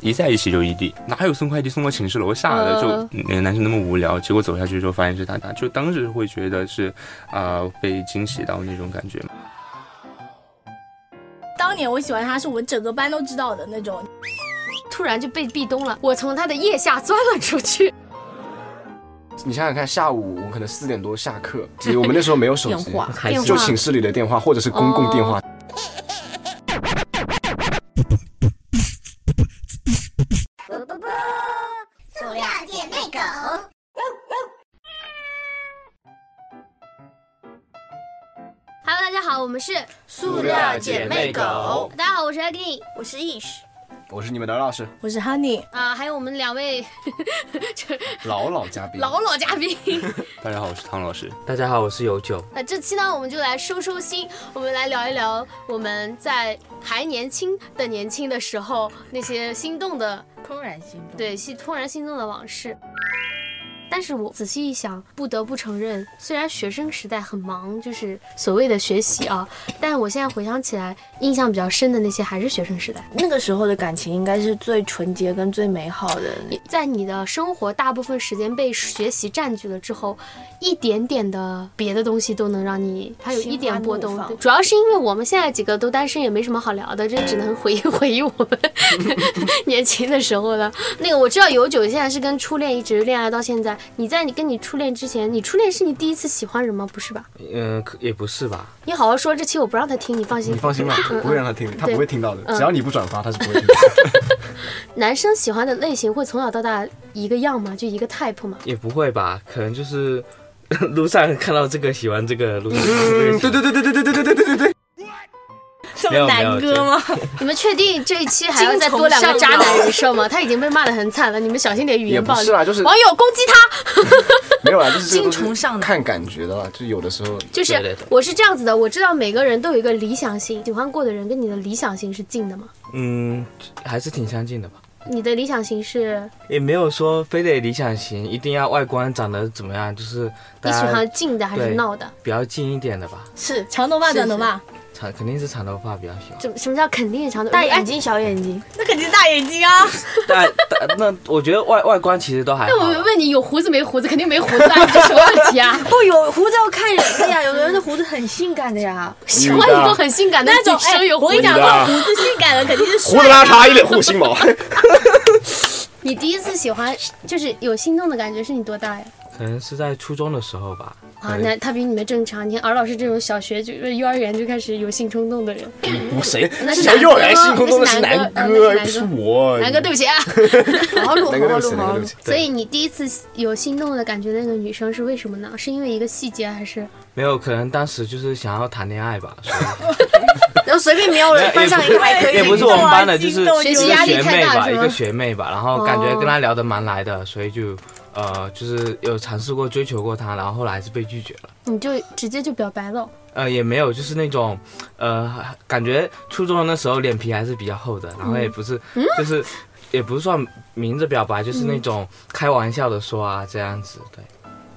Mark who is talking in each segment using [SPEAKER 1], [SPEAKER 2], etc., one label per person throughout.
[SPEAKER 1] 一在一起就异地，哪有送快递送到寝室楼下的？
[SPEAKER 2] 嗯
[SPEAKER 1] 就那个男生那么无聊，结果走下去之后发现是他，就当时会觉得是啊、被惊喜到那种感觉嘛。
[SPEAKER 3] 当年我喜欢他是我们整个班都知道的那种，
[SPEAKER 2] 突然就被壁咚了，我从他的腋下钻了出去。
[SPEAKER 4] 你想想看，下午我们可能四点多下课，我们那时候没有手
[SPEAKER 5] 电
[SPEAKER 4] 机，
[SPEAKER 5] 话，
[SPEAKER 6] 还
[SPEAKER 2] 电
[SPEAKER 6] 是
[SPEAKER 2] 话哦
[SPEAKER 4] 就寝室里的电话或者是公共电话。
[SPEAKER 7] 塑料姐妹狗，
[SPEAKER 2] Hello，大家好，我们是
[SPEAKER 4] 塑料姐妹狗。
[SPEAKER 2] 大家好，我是 Agni
[SPEAKER 8] 我是 Ish，
[SPEAKER 4] 我是你们的老师，
[SPEAKER 3] 我是 Honey，
[SPEAKER 2] 啊，还有我们两位
[SPEAKER 4] 老老嘉宾，
[SPEAKER 2] 老老嘉 宾。
[SPEAKER 1] 大家好，我是汤老师。
[SPEAKER 6] 大家好，我是有酒。
[SPEAKER 2] 那这期呢，我们就来收收心，我们来聊一聊我们在还年轻的年轻的时候那些心动的，
[SPEAKER 5] 怦然心动。，
[SPEAKER 2] 对，心突然心动的往事。但是我仔细一想，不得不承认，虽然学生时代很忙，就是所谓的学习啊，但我现在回想起来，印象比较深的那些还是学生时代。
[SPEAKER 5] 那个时候的感情应该是最纯洁跟最美好的。
[SPEAKER 2] 在你的生活大部分时间被学习占据了之后，一点点的别的东西都能让你还有一点波动
[SPEAKER 5] 心花怒。放
[SPEAKER 2] 主要是因为我们现在几个都单身，也没什么好聊的，就只能回忆 回忆我 们年轻的时候了。那个我知道有九现在是跟初恋一直恋爱到现在。你在你跟你初恋之前，你初恋是你第一次喜欢人吗？不是吧？
[SPEAKER 6] 嗯，可也不是吧？
[SPEAKER 2] 你好好说，这期我不让他听，你放心
[SPEAKER 4] 你。放心吧，
[SPEAKER 2] 嗯
[SPEAKER 4] 不会让他听，他不会听到的。只要你不转发，他是不会听的。
[SPEAKER 2] 男生喜欢的类型会从小到大一个样吗？就一个 type 吗？
[SPEAKER 6] 也不会吧？可能就是 路上看到这个喜欢这个，路上看到这个喜
[SPEAKER 4] 嗯对
[SPEAKER 6] 欢。
[SPEAKER 4] 对对对对对对对对对对对。
[SPEAKER 5] 这
[SPEAKER 6] 没有没有这
[SPEAKER 5] 吗？
[SPEAKER 2] 你们确定这一期还要再多两个渣男人设吗？他已经被骂得很惨了，你们小心点语
[SPEAKER 4] 也
[SPEAKER 2] 言
[SPEAKER 4] 不
[SPEAKER 2] 暴力
[SPEAKER 4] 是。啊啦，就是
[SPEAKER 2] 网友攻击他，
[SPEAKER 4] 没有啦，就是这个
[SPEAKER 5] 精虫上脑
[SPEAKER 4] 看感觉的啦，就有的 时候
[SPEAKER 2] 就
[SPEAKER 6] 对对
[SPEAKER 2] 是
[SPEAKER 6] 对
[SPEAKER 2] 我是这样子的，我知道每个人都有一个理想型，喜欢过的人跟你的理想型是近的吗？
[SPEAKER 6] 嗯，还是挺相近的吧。
[SPEAKER 2] 你的理想型是
[SPEAKER 6] 也没有说非得理想型，一定要外观长得怎么样，就是大
[SPEAKER 2] 你喜
[SPEAKER 6] 家
[SPEAKER 2] 欢近的还是
[SPEAKER 6] 对
[SPEAKER 2] 闹的？
[SPEAKER 6] 比较近一点的吧。
[SPEAKER 3] 是长头发短头发，
[SPEAKER 6] 长肯定是长头发比较 喜欢。
[SPEAKER 2] 什么什么叫肯定长的？
[SPEAKER 5] 大眼
[SPEAKER 2] 哎。
[SPEAKER 5] 睛，小眼睛，
[SPEAKER 3] 那肯定是大眼睛啊。
[SPEAKER 6] 但但那我觉得外外观其实都还
[SPEAKER 2] 那
[SPEAKER 6] 好
[SPEAKER 2] 我。问你，有胡子没胡子？肯定没胡子啊！你这什么问题啊？
[SPEAKER 5] 不有胡子要看人的呀，有的人的胡子很性感的呀。
[SPEAKER 2] 喜欢一个很性感的
[SPEAKER 3] 那种
[SPEAKER 2] 女生有
[SPEAKER 3] 我
[SPEAKER 2] 胡
[SPEAKER 3] 跟你
[SPEAKER 2] 子。
[SPEAKER 3] 讲，
[SPEAKER 4] 的
[SPEAKER 3] 那胡子性感的肯定是
[SPEAKER 4] 胡子
[SPEAKER 3] 帅
[SPEAKER 4] 拉碴，一脸护心毛。
[SPEAKER 2] 你第一次喜欢就是有心动的感觉是你多大呀？
[SPEAKER 6] 可能是在初中的时候吧。
[SPEAKER 2] 啊，那他比你们正常。你看，尔老师这种小学就幼儿园就开始有性冲动的人，
[SPEAKER 6] 哎
[SPEAKER 4] 我谁？
[SPEAKER 2] 那是
[SPEAKER 4] 这小
[SPEAKER 2] 男
[SPEAKER 4] 幼儿园
[SPEAKER 2] 哥
[SPEAKER 4] 心空洞
[SPEAKER 2] 那
[SPEAKER 4] 的
[SPEAKER 2] 是
[SPEAKER 4] 是
[SPEAKER 2] 男
[SPEAKER 4] 南
[SPEAKER 2] 哥那
[SPEAKER 4] 哥，
[SPEAKER 2] 是
[SPEAKER 4] 又
[SPEAKER 2] 南
[SPEAKER 4] 不是
[SPEAKER 2] 哥
[SPEAKER 4] 我。
[SPEAKER 2] 南哥，对不起啊。
[SPEAKER 6] 哎
[SPEAKER 5] 好好录，
[SPEAKER 4] 南哥对不
[SPEAKER 5] 好好
[SPEAKER 4] 起，
[SPEAKER 5] 录，
[SPEAKER 4] 南
[SPEAKER 5] 好
[SPEAKER 4] 哥
[SPEAKER 5] 好
[SPEAKER 4] 对
[SPEAKER 5] 录
[SPEAKER 4] 不。起。
[SPEAKER 2] 所以你第一次有心动的感觉的那个女生是为什么呢？是因为一个细节还是？
[SPEAKER 6] 没有，可能当时就是想要谈恋爱吧。所以
[SPEAKER 5] 然后随便瞄了班上一个还 可以，
[SPEAKER 6] 也不是我们班的，就是
[SPEAKER 2] 学习压力
[SPEAKER 6] 一个学
[SPEAKER 2] 太
[SPEAKER 6] 妹
[SPEAKER 2] 大
[SPEAKER 6] 吧，
[SPEAKER 2] 是
[SPEAKER 6] 一
[SPEAKER 2] 吗
[SPEAKER 6] 个学妹吧，然后感觉
[SPEAKER 2] 哦
[SPEAKER 6] 跟她聊得蛮来的，所以就呃，就是有尝试过追求过她，然后后来还是被拒绝了。
[SPEAKER 2] 你就直接就表白了？
[SPEAKER 6] 呃，也没有，就是那种，呃，感觉初中的那时候脸皮还是比较厚的，然后也不是，
[SPEAKER 2] 嗯
[SPEAKER 6] 就是 也不是算明着表白，就是那种开玩笑的说啊，这样子，对，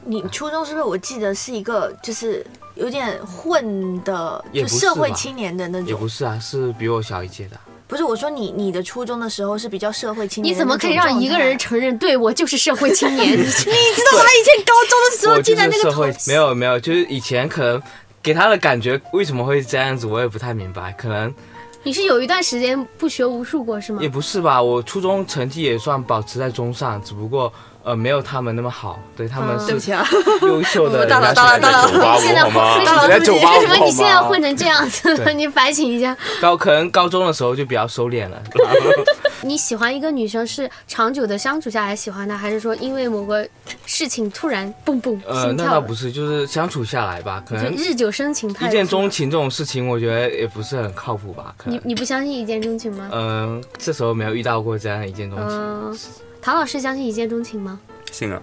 [SPEAKER 5] 你初中是不是？我记得是一个就是有点混的，
[SPEAKER 6] 也
[SPEAKER 5] 就
[SPEAKER 6] 不是
[SPEAKER 5] 社会
[SPEAKER 6] 吧
[SPEAKER 5] 青年的那
[SPEAKER 6] 也
[SPEAKER 5] 种。
[SPEAKER 6] 不是啊，是比我小一届的，啊
[SPEAKER 5] 不是我说你，你的初中的时候是比较社会青年
[SPEAKER 2] 你
[SPEAKER 5] 的那
[SPEAKER 2] 怎
[SPEAKER 5] 种
[SPEAKER 2] 么
[SPEAKER 5] 状
[SPEAKER 2] 可
[SPEAKER 5] 态，
[SPEAKER 2] 以让一个人承认对我就是社会青 年？ 你这
[SPEAKER 5] 你知道他以前高中的时
[SPEAKER 6] 我
[SPEAKER 5] 候
[SPEAKER 6] 就
[SPEAKER 5] 进来
[SPEAKER 6] 是
[SPEAKER 5] 那
[SPEAKER 6] 社
[SPEAKER 5] 个头
[SPEAKER 6] 会没有没有，就是以前可能给她的感觉为什么会这样子，我也不太明白，可能。
[SPEAKER 2] 你是有一段时间不学无术过是吗
[SPEAKER 6] 也？不是吧，我初中成绩也算保持在中上，只不过呃没有他们那么好，对他们
[SPEAKER 2] 嗯
[SPEAKER 6] 是
[SPEAKER 5] 对不起啊，
[SPEAKER 6] 优 秀的人
[SPEAKER 5] 到了到了
[SPEAKER 6] 家选
[SPEAKER 5] 到了
[SPEAKER 6] 手，
[SPEAKER 1] 九八五
[SPEAKER 2] 现在
[SPEAKER 1] 好 吗？
[SPEAKER 2] 为什么
[SPEAKER 4] 人家九八五
[SPEAKER 2] 为 什么你
[SPEAKER 4] 好
[SPEAKER 2] 现在
[SPEAKER 4] 吗
[SPEAKER 2] 混成这样子了？
[SPEAKER 6] 对
[SPEAKER 2] 你反省一下。
[SPEAKER 6] 高可能高中的时候就比较 收敛了，
[SPEAKER 2] 你喜欢一个女生是长久的相处下来喜欢她，还是说因为某个事情突然蹦蹦
[SPEAKER 6] 呃
[SPEAKER 2] 心
[SPEAKER 6] 那
[SPEAKER 2] 跳
[SPEAKER 6] 倒
[SPEAKER 2] 了？
[SPEAKER 6] 不是，就是相处下来吧，可
[SPEAKER 2] 就
[SPEAKER 6] 能一
[SPEAKER 2] 日久生情派的
[SPEAKER 6] 见
[SPEAKER 2] 是吗
[SPEAKER 6] 钟情这种事情，我觉得也不是很靠谱吧，可
[SPEAKER 2] 你
[SPEAKER 6] 能
[SPEAKER 2] 你不相信一见钟情吗？
[SPEAKER 6] 嗯、这时候没有遇到过这样一见钟情，
[SPEAKER 2] 嗯，唐老师相信一见钟情吗？
[SPEAKER 1] 信啊，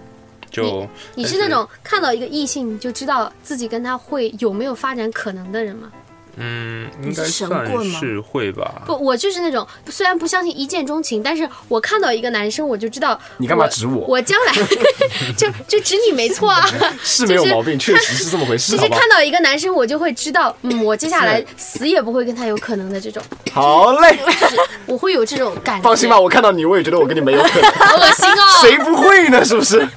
[SPEAKER 1] 就
[SPEAKER 2] 你
[SPEAKER 1] 但
[SPEAKER 4] 哎
[SPEAKER 2] 是那
[SPEAKER 1] 是
[SPEAKER 2] 种看到一个异性就知道自己跟他会有没有发展可能的人吗？
[SPEAKER 1] 嗯，应
[SPEAKER 5] 你
[SPEAKER 1] 该
[SPEAKER 5] 是神
[SPEAKER 1] 算
[SPEAKER 5] 棍吗
[SPEAKER 1] 是会吧。
[SPEAKER 2] 不，我就是那种虽然不相信一见钟情，但是我看到一个男生，我就知道
[SPEAKER 4] 你干嘛指我
[SPEAKER 2] 我？将 来 就就指你没错啊。
[SPEAKER 4] 是没有毛病，确实是这么回
[SPEAKER 2] 就
[SPEAKER 4] 事，
[SPEAKER 2] 是
[SPEAKER 4] 好不好
[SPEAKER 2] 看？到一个男生，我就会知道， 嗯，我接下来死也不会跟他有可能的这种，
[SPEAKER 4] 好嘞，
[SPEAKER 2] 我会有这种感觉。
[SPEAKER 4] 放心吧，，我看到你，我也觉得我跟你没有可能，
[SPEAKER 2] 好恶心 哦。
[SPEAKER 4] 谁不会呢？是不是？嗯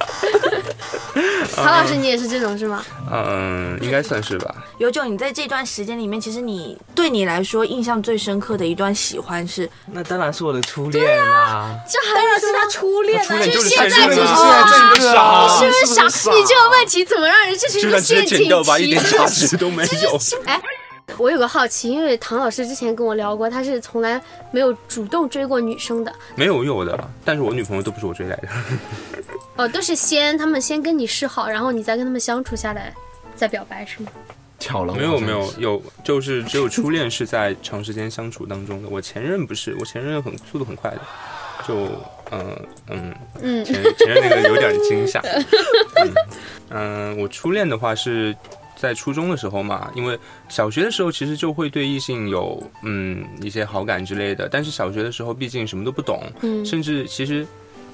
[SPEAKER 2] 曹老师，你也是这种是吗？
[SPEAKER 1] 嗯，应该算是吧。
[SPEAKER 5] 尤九，你在这段时间里面，其实你对你来说印象最深刻的一段喜欢是
[SPEAKER 6] 那当然是我的初恋
[SPEAKER 2] 啊
[SPEAKER 6] 啦。
[SPEAKER 2] 这还
[SPEAKER 3] 当然是他初恋
[SPEAKER 1] 初恋
[SPEAKER 3] 就
[SPEAKER 1] 就是是
[SPEAKER 2] 现
[SPEAKER 1] 现
[SPEAKER 2] 在
[SPEAKER 1] 在
[SPEAKER 2] 就哦
[SPEAKER 1] 就是是
[SPEAKER 4] 现在这个傻，
[SPEAKER 2] 是不啊是
[SPEAKER 4] 是不
[SPEAKER 2] 傻？你这个问题怎么让人这是一
[SPEAKER 1] 就
[SPEAKER 2] 个
[SPEAKER 1] 算直
[SPEAKER 2] 陷
[SPEAKER 1] 接
[SPEAKER 2] 阱
[SPEAKER 1] 剪掉吧，一
[SPEAKER 2] 题
[SPEAKER 1] 点？ 价值都没有。
[SPEAKER 2] 哎，我有个好奇，因为唐老师之前跟我聊过，他是从来没有主动追过女生的，
[SPEAKER 1] 没有有的，但是我女朋友都不是我追来的。
[SPEAKER 2] 哦，都是先他们先跟你示好，然后你再跟他们相处下来，再表白是吗？
[SPEAKER 4] 巧了，
[SPEAKER 1] 没有没有，有，就是只有初恋是在长时间相处当中的。我前任不是，我前任很速度很快的，就嗯嗯
[SPEAKER 2] 嗯
[SPEAKER 1] 前前任那个有点惊 吓。嗯嗯，我初恋的话是在初中的时候嘛，因为小学的时候其实就会对异性有嗯一些好感之类的，但是小学的时候毕竟什么都不懂，
[SPEAKER 2] 嗯
[SPEAKER 1] 甚至其实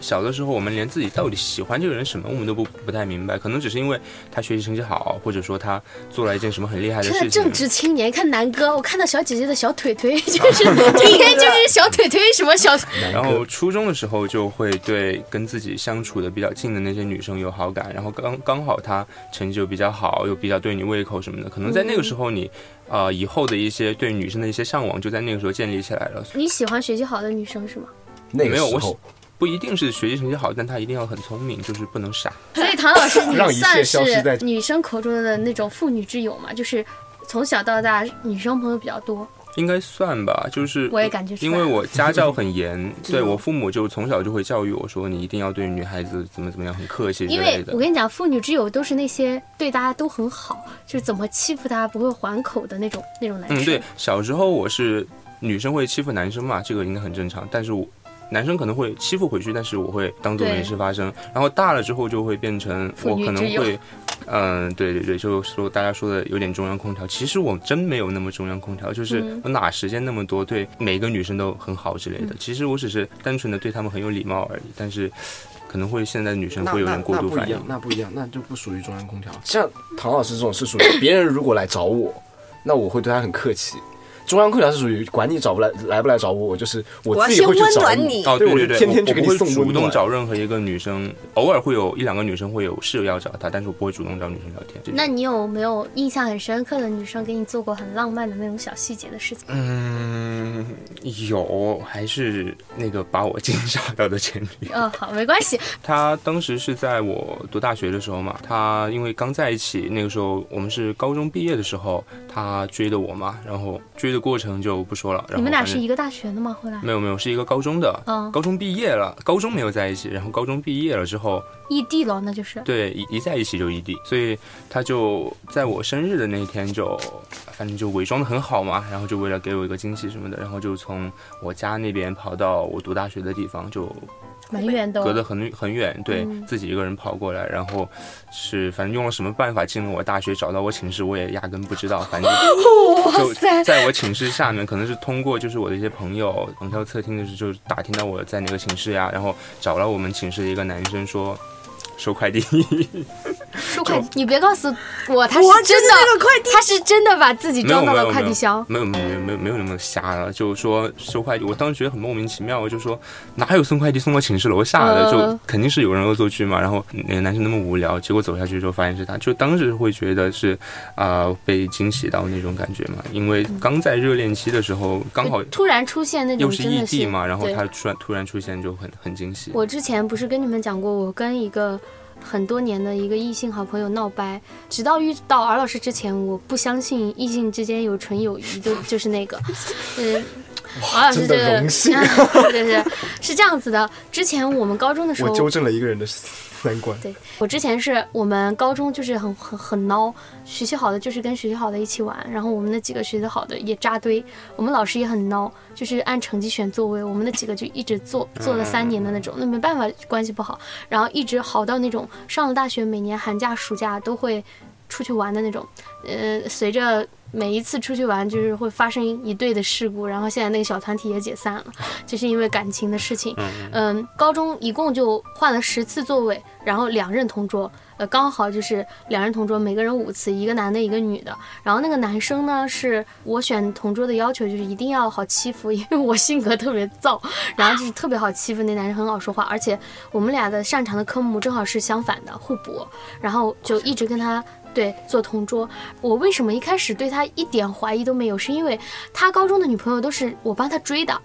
[SPEAKER 1] 小的时候我们连自己到底喜欢这个人什么我们都不不太明白，可能只是因为他学习成绩好，或者说他做了一件什么很厉害的
[SPEAKER 2] 看到
[SPEAKER 1] 事
[SPEAKER 2] 呃正
[SPEAKER 1] 情。
[SPEAKER 2] 值青年，看南哥，我看到小姐姐的小腿腿， 就是今天就是小腿腿什么 小，
[SPEAKER 1] 然后初中的时候就会对跟自己相处的比较近的那些女生有好感，然后刚刚好她成绩又比较好，又比较对你胃口什么的，可能在那个时候你，呃，以后的一些对女生的一些向往就在那个时候建立起来了。
[SPEAKER 2] 你喜欢学习好的女生是吗？
[SPEAKER 4] 那个
[SPEAKER 1] 没有
[SPEAKER 4] 时
[SPEAKER 1] 我
[SPEAKER 4] 候
[SPEAKER 1] 不一定是学习成绩好，但她一定要很聪明，就是不能傻。
[SPEAKER 2] 所以唐老师，你
[SPEAKER 4] 让一
[SPEAKER 2] 算
[SPEAKER 4] 切消失在
[SPEAKER 2] 是女生口中的那种妇女之友嘛？就是从小到大，女生朋友比较多。
[SPEAKER 1] 应该算吧，就是
[SPEAKER 2] 我也感觉出
[SPEAKER 1] 因
[SPEAKER 2] 来
[SPEAKER 1] 为
[SPEAKER 2] 了
[SPEAKER 1] 我家教很严，
[SPEAKER 5] 的
[SPEAKER 1] 对我父母就从小就会教育我说，你一定要对女孩子怎么怎么样，很客气之
[SPEAKER 2] 因
[SPEAKER 1] 类
[SPEAKER 2] 为
[SPEAKER 1] 的
[SPEAKER 2] 我。跟你讲，妇女之友都是那些对大家都很好，就是怎么欺负她不会还口的那种那种男生。
[SPEAKER 1] 嗯，对，小时候我是女生会欺负男生嘛，这个应该很正常，但是我。男生可能会欺负回去，但是我会当做
[SPEAKER 2] 对
[SPEAKER 1] 没事发生。然后大了之后就会变成
[SPEAKER 2] 妇
[SPEAKER 1] 我
[SPEAKER 2] 女
[SPEAKER 1] 可能
[SPEAKER 2] 之友
[SPEAKER 1] 会，嗯、对对对，就是说大家说的有点中央空调。其实我真没有那么中央空调，就是
[SPEAKER 2] 嗯
[SPEAKER 1] 我哪时间那么多对每个女生都很好之类的。其实我只是单纯的对她们很有礼貌而已，但是可能会现在女生
[SPEAKER 4] 那
[SPEAKER 1] 会有
[SPEAKER 4] 那
[SPEAKER 1] 点过
[SPEAKER 4] 那
[SPEAKER 1] 度
[SPEAKER 4] 不
[SPEAKER 1] 反
[SPEAKER 4] 一
[SPEAKER 1] 应
[SPEAKER 4] 样，。那不一样，那就不属于中央空调。像唐老师这种是属于别人如果来找我，那我会对他很客气。中央空调是属于管你找不来来不来找我，我就是我自
[SPEAKER 5] 我要
[SPEAKER 4] 己
[SPEAKER 5] 先
[SPEAKER 4] 会去
[SPEAKER 5] 温
[SPEAKER 4] 找
[SPEAKER 5] 暖
[SPEAKER 4] 你。
[SPEAKER 5] 你。
[SPEAKER 1] 哦，
[SPEAKER 4] 对我
[SPEAKER 1] 对
[SPEAKER 4] 就
[SPEAKER 1] 对，
[SPEAKER 4] 天天
[SPEAKER 1] 我
[SPEAKER 4] 就
[SPEAKER 1] 我
[SPEAKER 4] 给你
[SPEAKER 1] 不会
[SPEAKER 4] 送温
[SPEAKER 1] 主动
[SPEAKER 4] 暖
[SPEAKER 1] 找任何一个女生，偶尔会有一两个女生会有室友要找她，但是我不会主动找女生聊天。
[SPEAKER 2] 那你有没有印象很深刻的女生给你做过很浪漫的那种小细节的事情？
[SPEAKER 1] 嗯，有还是那个把我惊吓到的前女友。
[SPEAKER 2] 哦，好，没关系。
[SPEAKER 1] 她当时是在我读大学的时候嘛，她因为刚在一起，那个时候我们是高中毕业的时候，她追的我嘛，然后追的过程就不说了。然后
[SPEAKER 2] 你们俩
[SPEAKER 1] 反正
[SPEAKER 2] 是一个大学的吗？后来
[SPEAKER 1] 没有没有是一个高中的，
[SPEAKER 2] 嗯
[SPEAKER 1] 高中毕业了，高中没有在一起，然后高中毕业了之后，
[SPEAKER 2] 异地了，那就是。
[SPEAKER 1] 对，一一在一起就异地，所以他就在我生日的那一天就，反正就伪装的很好嘛，然后就为了给我一个惊喜什么的，然后就从我家那边跑到我读大学的地方，就
[SPEAKER 2] 蛮远的哦、
[SPEAKER 1] 隔得很很远，对、
[SPEAKER 2] 嗯
[SPEAKER 1] 自己一个人跑过来，然后是反正用了什么办法进了我大学，找到我寝室，我也压根不知道，反正就在我寝室下面，可能是通过就是我的一些朋友旁敲侧听的是就是打听到我在哪个寝室呀，然后找了我们寝室的一个男生说收快递。
[SPEAKER 2] 说快递，你别告诉我他
[SPEAKER 5] 我
[SPEAKER 2] 是
[SPEAKER 5] 就是
[SPEAKER 2] 真的，
[SPEAKER 5] 那个快递，
[SPEAKER 2] 他是真的把自己
[SPEAKER 1] 没有
[SPEAKER 2] 装到
[SPEAKER 1] 没
[SPEAKER 2] 了
[SPEAKER 1] 有
[SPEAKER 2] 快递箱。
[SPEAKER 1] 没有没有没有没有没有那么瞎了，就说收快递，我当时觉得很莫名其妙，我就说哪有送快递送到寝室楼下的，
[SPEAKER 2] 嗯
[SPEAKER 1] 就肯定是有人恶作剧嘛。然后那个男生那么无聊，结果走下去之后发现是他，就当时会觉得是啊、被惊喜到那种感觉嘛，因为刚在热恋期的时候，刚好
[SPEAKER 2] 就突然出现嗯那种
[SPEAKER 1] 又是
[SPEAKER 2] 真
[SPEAKER 1] 异
[SPEAKER 2] 的
[SPEAKER 1] 地嘛，然后
[SPEAKER 2] 对
[SPEAKER 1] 他突然突然出现就很很惊喜。
[SPEAKER 2] 我之前不是跟你们讲过，我跟一个很多年的一个异性好朋友闹掰，直到遇到尔老师之前，我不相信异性之间有纯友谊，就 就是那 个，嗯。尔老师
[SPEAKER 4] 真
[SPEAKER 2] 这
[SPEAKER 4] 的
[SPEAKER 2] 个，
[SPEAKER 4] 荣幸
[SPEAKER 2] 对对，是这样子的。之前我们高中的时
[SPEAKER 4] 我
[SPEAKER 2] 候，
[SPEAKER 4] 纠正了一个人的三观。
[SPEAKER 2] 对我之前是我们高中就是很很很孬，学习好的就是跟学习好的一起玩，然后我们那几个学习好的也扎堆，我们老师也很孬，就是按成绩选座位，我们那几个就一直坐坐了三年的那种，那没办法，关系不好，然后一直好到那种上了大学，每年寒假暑假都会出去玩的那种，呃，随着每一次出去玩就是会发生一对的事故，然后现在那个小团体也解散了，就是因为感情的事情。嗯，高中一共就换了十次座位，然后两任同桌，呃，刚好就是两人同桌，每个人五次，一个男的，一个女的。然后那个男生呢，是我选同桌的要求就是一定要好欺负，因为我性格特别躁，然后就是特别好欺负。那男生很好说话，而且我们俩的擅长的科目正好是相反的，互补。然后就一直跟他对做同桌。我为什么一开始对他一点怀疑都没有？是因为他高中的女朋友都是我帮他追的，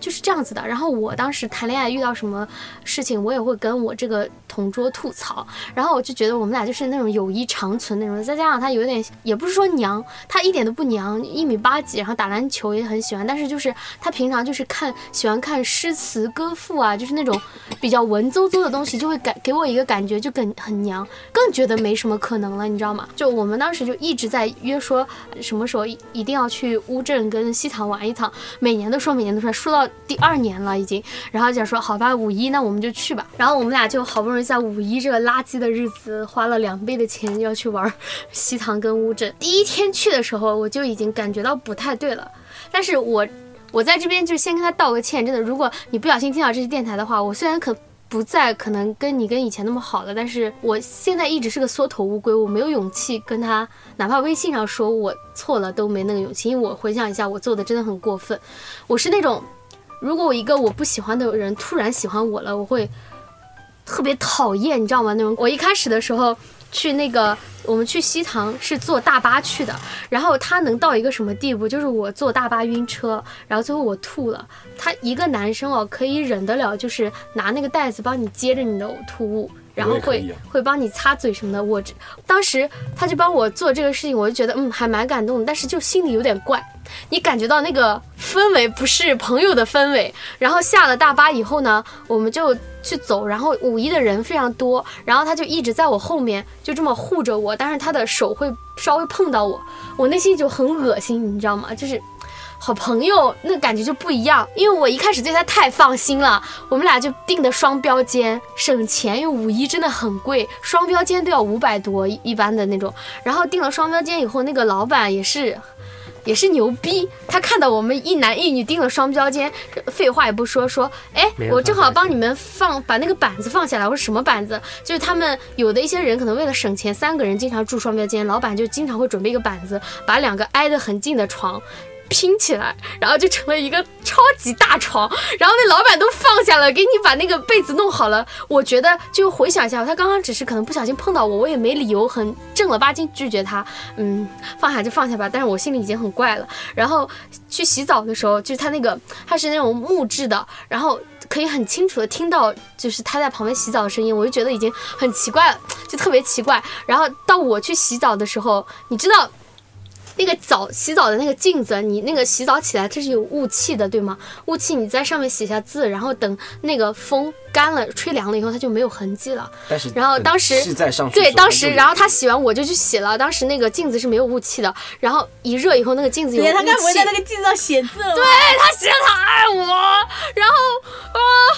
[SPEAKER 2] 就是这样子的。然后我当时谈恋爱遇到什么事情，我也会跟我这个同桌吐槽。然后我就觉得我们俩就是那种友谊长存那种的。再加上他有点，也不是说娘，他一点都不娘，一米八几，然后打篮球也很喜欢，但是就是他平常就是看喜欢看诗词歌赋啊，就是那种比较文绉绉的东西，就会感给我一个感觉就更很娘。更觉得没什么可能了，你知道吗？就我们当时就一直在约说，呃什么时候一一定要去乌镇跟西塘玩一趟，每年都说，每年都说，说到第二年了已经，然后就说好吧，五一那我们就去吧。然后我们俩就好不容易在五一这个垃圾的日子，花了两倍的钱要去玩西塘跟乌镇。第一天去的时候，我就已经感觉到不太对了，但是我。我在这边就先跟他道个歉，真的，如果你不小心听到这期电台的话，我虽然可不再可能跟你跟以前那么好了，但是我现在一直是个缩头乌龟，我没有勇气跟他，哪怕微信上说我错了都没那个勇气，因为我回想一下，我做的真的很过分。我是那种，如果我一个我不喜欢的人突然喜欢我了，我会特别讨厌，你知道吗？那种我一开始的时候去那个我们去西塘是坐大巴去的，然后他能到一个什么地步？就是我坐大巴晕车，然后最后我吐了。他一个男生哦，可以忍得了，就是拿那个袋子帮你接着你的呕吐物，然后
[SPEAKER 4] 我也可
[SPEAKER 2] 会、
[SPEAKER 4] 以啊
[SPEAKER 2] 会帮你擦嘴什么的。我这当时他就帮我做这个事情，我就觉得嗯还蛮感动的，但是就心里有点怪。你感觉到那个氛围不是朋友的氛围，然后下了大巴以后呢，我们就去走，然后五一的人非常多，然后他就一直在我后面就这么护着我，但是他的手会稍微碰到我，我内心就很恶心，你知道吗？就是。好朋友那感觉就不一样，因为我一开始对他太放心了，我们俩就定的双标间，省钱，因为五一真的很贵，双标间都要五百多一一般的那种。然后定了双标间以后，那个老板也是也是牛逼，他看到我们一男一女钉了双标间，废话也不说，说，哎
[SPEAKER 6] 没，人
[SPEAKER 2] 我正
[SPEAKER 6] 放
[SPEAKER 2] 好
[SPEAKER 6] 下
[SPEAKER 2] 帮你们放把那个板子放下来。我说什么板子？就是他们有的一些人可能为了省钱，三个人经常住双标间，老板就经常会准备一个板子，把两个挨得很近的床。拼起来，然后就成了一个超级大床，然后那老板都放下了，给你把那个被子弄好了。我觉得就回想一下，他刚刚只是可能不小心碰到我，我也没理由很正儿八经拒绝他，嗯，放下就放下吧。但是我心里已经很怪了。然后去洗澡的时候，就是他那个他是那种木质的，然后可以很清楚的听到就是他在旁边洗澡的声音，我就觉得已经很奇怪了，就特别奇怪。然后到我去洗澡的时候，你知道。那个澡洗澡的那个镜子，你那个洗澡起来它是有雾气的，对吗？雾气你在上面写下字，然后等那个风干了、吹凉了以后，它就没有痕迹了。
[SPEAKER 4] 但是
[SPEAKER 2] 然后当时
[SPEAKER 4] 是嗯在上去的
[SPEAKER 2] 对，
[SPEAKER 4] 时候
[SPEAKER 2] 当时然后他洗完我就去洗了，当时那个镜子是没有雾气的，然后一热以后那个镜子有雾
[SPEAKER 3] 对，
[SPEAKER 2] 气，
[SPEAKER 3] 他该不会在那个镜子上写字了吧？
[SPEAKER 2] 哎他写他爱我，然后啊、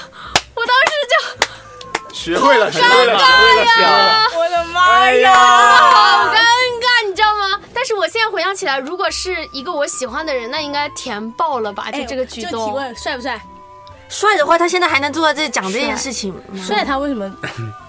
[SPEAKER 2] 我当时就
[SPEAKER 1] 学会了，学会了，学会了，学会了。
[SPEAKER 3] 我的妈呀！
[SPEAKER 2] 好尴尬，你知道吗？但是我现在回想起来，如果是一个我喜欢的人，那应该甜爆了吧？就
[SPEAKER 3] 哎
[SPEAKER 2] 这个举
[SPEAKER 3] 就提
[SPEAKER 2] 动，嗯
[SPEAKER 3] 问帅不帅？
[SPEAKER 5] 帅的话，他现在还能做到这讲这件事情，嗯
[SPEAKER 3] 帅他为什么？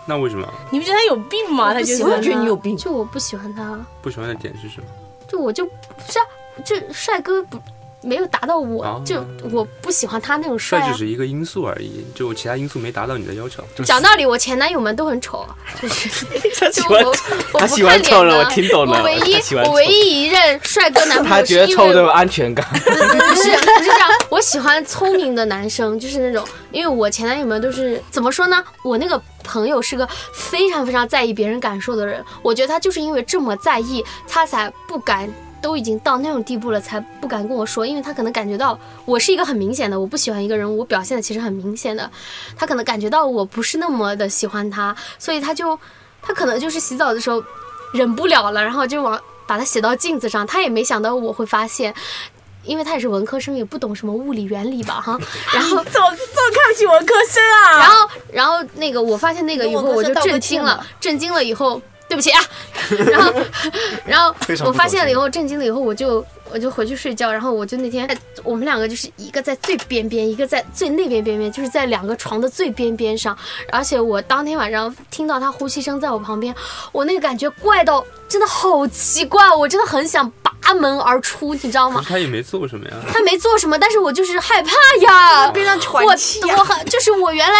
[SPEAKER 1] 那为什么
[SPEAKER 3] 你不觉得他有病啊吗？他就
[SPEAKER 5] 我也
[SPEAKER 3] 是
[SPEAKER 5] 觉得你有病。
[SPEAKER 2] 就我不喜欢他，啊
[SPEAKER 1] 不喜欢的点是什么？
[SPEAKER 2] 就我就不是啊，这帅哥不没有达到我，
[SPEAKER 1] 哦
[SPEAKER 2] 就我不喜欢他那种帅
[SPEAKER 1] 帅
[SPEAKER 2] 啊
[SPEAKER 1] 只。是一个因素而已，就其他因素没达到你的要求。
[SPEAKER 4] 就是
[SPEAKER 2] 讲道理，我前男友们都很丑啊， 就是就
[SPEAKER 8] 喜
[SPEAKER 2] 我
[SPEAKER 8] 欢
[SPEAKER 2] 我
[SPEAKER 8] 他
[SPEAKER 2] 不
[SPEAKER 8] 喜
[SPEAKER 2] 看
[SPEAKER 8] 欢
[SPEAKER 2] 脸
[SPEAKER 8] 丑人
[SPEAKER 2] 的
[SPEAKER 8] 我听懂
[SPEAKER 2] 我
[SPEAKER 8] 了
[SPEAKER 2] 唯
[SPEAKER 8] 他
[SPEAKER 2] 一
[SPEAKER 8] 喜欢
[SPEAKER 2] 我
[SPEAKER 8] 丑
[SPEAKER 2] 唯一一任帅哥男朋
[SPEAKER 6] 他
[SPEAKER 2] 友是
[SPEAKER 6] 觉得
[SPEAKER 2] 因为
[SPEAKER 6] 臭都有安全感，
[SPEAKER 2] 不是不是这样，我喜欢聪明的男生，就是那种，因为我前男友们都是怎么说呢？我那个朋友是个非常非常在意别人感受的人，我觉得他就是因为这么在意，他才不敢。都已经到那种地步了，才不敢跟我说，因为他可能感觉到我是一个很明显的，我不喜欢一个人，我表现的其实很明显的，他可能感觉到我不是那么的喜欢他，所以他就，他可能就是洗澡的时候忍不了了，然后就往把它写到镜子上，他也没想到我会发现，因为他也是文科生，也不懂什么物理原理吧，哈。然后，
[SPEAKER 3] 这么这么看不起文科生啊？
[SPEAKER 2] 然后，然后那个我发现那个以后，我就震惊
[SPEAKER 3] 跟文科生道个歉
[SPEAKER 2] 了
[SPEAKER 3] 吧，
[SPEAKER 2] 震惊了以后，对不起啊， 然后，然后
[SPEAKER 4] 非常
[SPEAKER 2] 我
[SPEAKER 4] 不
[SPEAKER 2] 发现
[SPEAKER 4] 走
[SPEAKER 2] 了
[SPEAKER 4] 心
[SPEAKER 2] 以后，震惊了以后，我就我就回去睡觉。然后我就那天，哎我们两个就是一个在最边边，一个在最那边边边，就是在两个床的最边边上。而且我当天晚上听到他呼吸声在我旁边，我那个感觉怪到真的好奇怪，我真的很想拔门而出，你知道
[SPEAKER 1] 可
[SPEAKER 2] 吗
[SPEAKER 1] 是？他也没做什么呀。
[SPEAKER 2] 他没做什么，但是我就是害怕呀。
[SPEAKER 5] 变成
[SPEAKER 2] 我
[SPEAKER 5] 喘气啊
[SPEAKER 2] 我很就是我原来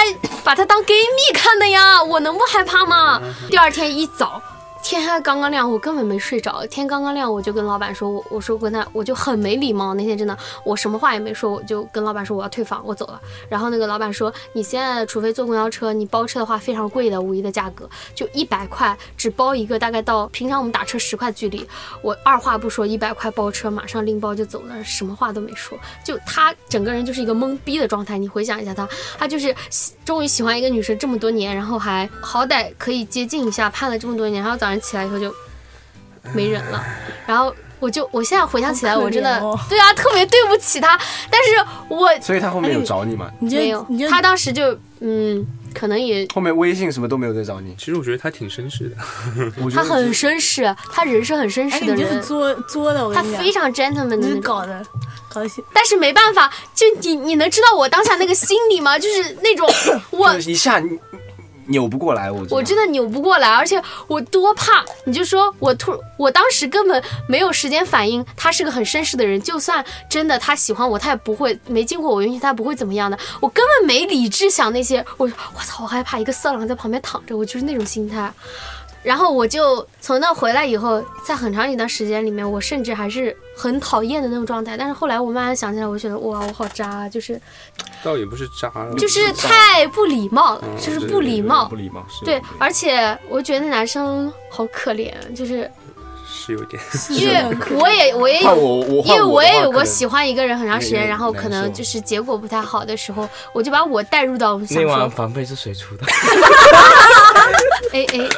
[SPEAKER 2] 把它当 gay 蜜看的呀，我能不害怕吗？第二天一早。天还刚刚亮，我根本没睡着。天刚刚亮，我就跟老板说，我我说跟他，我就很没礼貌。那天真的，我什么话也没说，我就跟老板说我要退房，我走了。然后那个老板说，你现在除非坐公交车，你包车的话非常贵的，五一的价格就一百块，只包一个，大概到平常我们打车十块距离。我二话不说，一百块包车，马上拎包就走了，什么话都没说。就他整个人就是一个懵逼的状态。你回想一下他，他就是喜终于喜欢一个女生这么多年，然后还好歹可以接近一下，盼了这么多年，然后早上起来以后就没人了，然后。我就我现在回想起来，
[SPEAKER 3] 好可
[SPEAKER 2] 我真的、
[SPEAKER 3] 怜哦
[SPEAKER 2] 对啊，特别对不起他，但是我
[SPEAKER 4] 所以他后面有找你吗？
[SPEAKER 3] 你
[SPEAKER 2] 没
[SPEAKER 3] 就
[SPEAKER 2] 有
[SPEAKER 3] 你就，
[SPEAKER 2] 他当时就嗯，可能也
[SPEAKER 4] 后面微信什么都没有再找你，
[SPEAKER 1] 其实我觉得他挺绅士的，
[SPEAKER 4] 我觉
[SPEAKER 2] 他
[SPEAKER 4] 得
[SPEAKER 2] 很绅士，啊他人是很绅
[SPEAKER 3] 哎，
[SPEAKER 2] 士的
[SPEAKER 3] 你就是
[SPEAKER 2] 人，
[SPEAKER 3] 作作的，我
[SPEAKER 2] 他
[SPEAKER 3] 跟你讲
[SPEAKER 2] 非，常 gentleman
[SPEAKER 3] 你
[SPEAKER 2] 的那
[SPEAKER 3] 就是
[SPEAKER 2] 种。
[SPEAKER 3] 搞的，搞些
[SPEAKER 2] 但是没办法，就你你能知道我当下那个心理吗？就是那 种我
[SPEAKER 4] 就是一下你扭不过来，我
[SPEAKER 2] 我
[SPEAKER 4] 真
[SPEAKER 2] 真的扭不过来，而且我多怕。你就说我突，我当时根本没有时间反应，他是个很绅士的人，就算真的他喜欢我，他也不会没经过我允许，他也不会怎么样的。我根本没理智想那些，我说我操，我害怕一个色狼在旁边躺着，我就是那种心态。然后我就从那回来以后，在很长一段时间里面，我甚至还是很讨厌的那种状态。但是后来我慢慢想起来，我觉得哇，我好渣，啊，就是
[SPEAKER 1] 倒也不是渣了，嗯
[SPEAKER 2] 就是太不礼貌了，就是
[SPEAKER 1] 对
[SPEAKER 2] 不礼貌
[SPEAKER 4] 不。礼貌，是
[SPEAKER 2] 对，而且我觉得那男生好可怜，就是
[SPEAKER 1] 是有点。
[SPEAKER 2] 因为我也我也
[SPEAKER 4] 换
[SPEAKER 2] 有，
[SPEAKER 4] 我我
[SPEAKER 2] 因为我也有过喜
[SPEAKER 4] 喜，
[SPEAKER 2] 欢一个人很长时
[SPEAKER 4] 有
[SPEAKER 2] 间，
[SPEAKER 4] 点
[SPEAKER 2] 然后
[SPEAKER 4] 难
[SPEAKER 2] 可能
[SPEAKER 4] 受
[SPEAKER 2] 就是结果不太好的时候，我就把我带入到我们想
[SPEAKER 6] 那 碗
[SPEAKER 2] 说，
[SPEAKER 6] 房费是 谁出的？
[SPEAKER 2] 哎哎，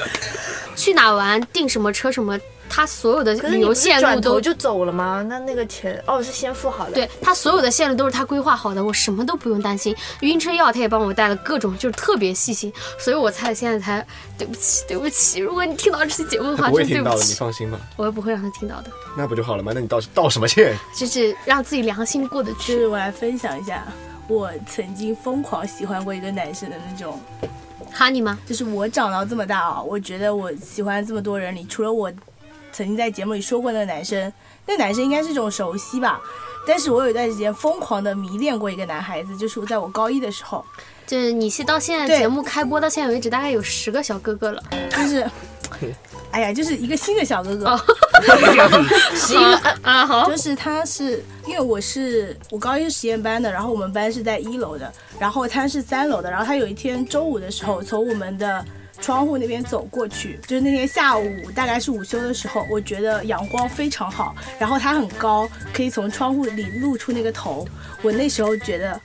[SPEAKER 2] 去哪玩，订什么车什么，他所有的
[SPEAKER 5] 可是
[SPEAKER 2] 旅
[SPEAKER 5] 你
[SPEAKER 2] 游
[SPEAKER 5] 不是
[SPEAKER 2] 线路
[SPEAKER 5] 转
[SPEAKER 2] 都啊
[SPEAKER 5] 头就走了吗？那那个钱哦是先付好的，，
[SPEAKER 2] 对他所有的线路都是他规划好的，我什么都不用担心。晕车药他也帮我带了各种，就是特别细心，所以我才现在才对不起，对不起。如果你听到这期节目的话，
[SPEAKER 4] 不会
[SPEAKER 2] 真对
[SPEAKER 4] 听到
[SPEAKER 2] 不
[SPEAKER 4] 的，你
[SPEAKER 2] 起，
[SPEAKER 4] 放心吧，
[SPEAKER 2] 我也不会让他听到的。
[SPEAKER 4] 那不就好了吗？那你道道什 么歉？
[SPEAKER 2] 就是让自己良心过得
[SPEAKER 3] 就
[SPEAKER 2] 去。
[SPEAKER 3] 是我来分享一下，我曾经疯狂喜欢过一个男生的那种。
[SPEAKER 2] 哈你吗？
[SPEAKER 3] 就是我长到这么大啊，我觉得我喜欢这么多人里，除了我曾经在节目里说过那个男生，那男生应该是一种熟悉吧。但是我有一段时间疯狂的迷恋过一个男孩子，就是在我高一的时候，
[SPEAKER 2] 就是你是到现在
[SPEAKER 3] 对
[SPEAKER 2] 节目开播到现在为止，大概有十个小哥哥了。
[SPEAKER 3] 就是，哎呀，就是一个新的小哥哥，
[SPEAKER 2] 十一个啊啊好
[SPEAKER 3] 就是他是因为我是我高一是实验班的，然后我们班是在一楼的，然后他是三楼的，然后他有一天周五的时候从我们的窗户那边走过去，就是那天下午大概是午休的时候，我觉得阳光非常好，然后他很高，可以从窗户里露出那个头，我那时候觉得，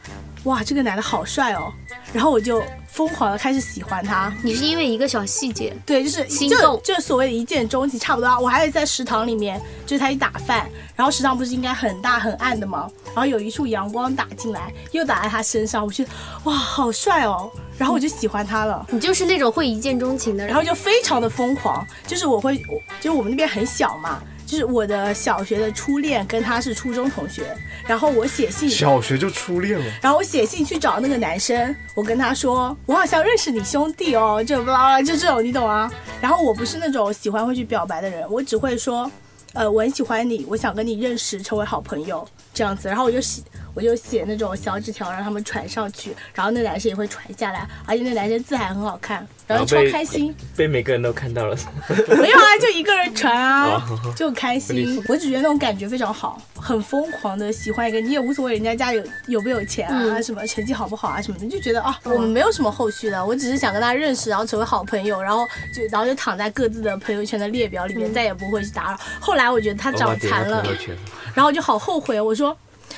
[SPEAKER 3] 哇，这个男的好帅哦，然后我就疯狂的开始喜欢他，
[SPEAKER 2] 你是因为一个小细节，
[SPEAKER 3] 对，就是
[SPEAKER 2] 心
[SPEAKER 3] 就
[SPEAKER 2] 动
[SPEAKER 3] 就是所谓的一见钟情，差不多啊。我还有在食堂里面，就是他一打饭，然后食堂不是应该很大很暗的吗？然后有一束阳光打进来，又打在他身上，我觉得哇，好帅哦，然后我就喜欢他了。
[SPEAKER 2] 你就是那种会一见钟情的人
[SPEAKER 3] 然。后就非常的疯狂，就是我会，我就是我们那边很小嘛，就是我的小学的初恋跟他是初中同学，然后我写信，
[SPEAKER 4] 小学就初恋了，
[SPEAKER 3] 然后我写信去找那个男生，我跟他说，我好像认识你兄弟哦，就巴拉巴拉，就这种你懂啊。然后我不是那种喜欢会去表白的人，我只会说，呃，我很喜欢你，我想跟你认识，成为好朋友这样子。然后我就写，我就写那种小纸条让他们传上去，然后那男生也会传下来，而且那男生字还很好看，然后超
[SPEAKER 6] 然后被
[SPEAKER 3] 开心。
[SPEAKER 6] 被每个人都看到了。
[SPEAKER 3] 没有啊，就一个人传 啊
[SPEAKER 6] 哦，
[SPEAKER 3] 就很开心。我只觉得那种感觉非常好，很疯狂的喜欢一个，你也无所谓人家家有有没有钱啊，
[SPEAKER 2] 嗯
[SPEAKER 3] 什么成绩好不好啊什么的，就觉得啊，我们没有什么后续的，我只是想跟他认识，然后成为好朋友，然后就然后就躺在各自的朋友圈的列表里面，再也不会去打扰。后来我觉得他
[SPEAKER 6] 我把
[SPEAKER 3] 长
[SPEAKER 6] 点
[SPEAKER 3] 残
[SPEAKER 6] 开
[SPEAKER 3] 了
[SPEAKER 6] 朋，友圈，
[SPEAKER 3] 然后我就好后悔，我说。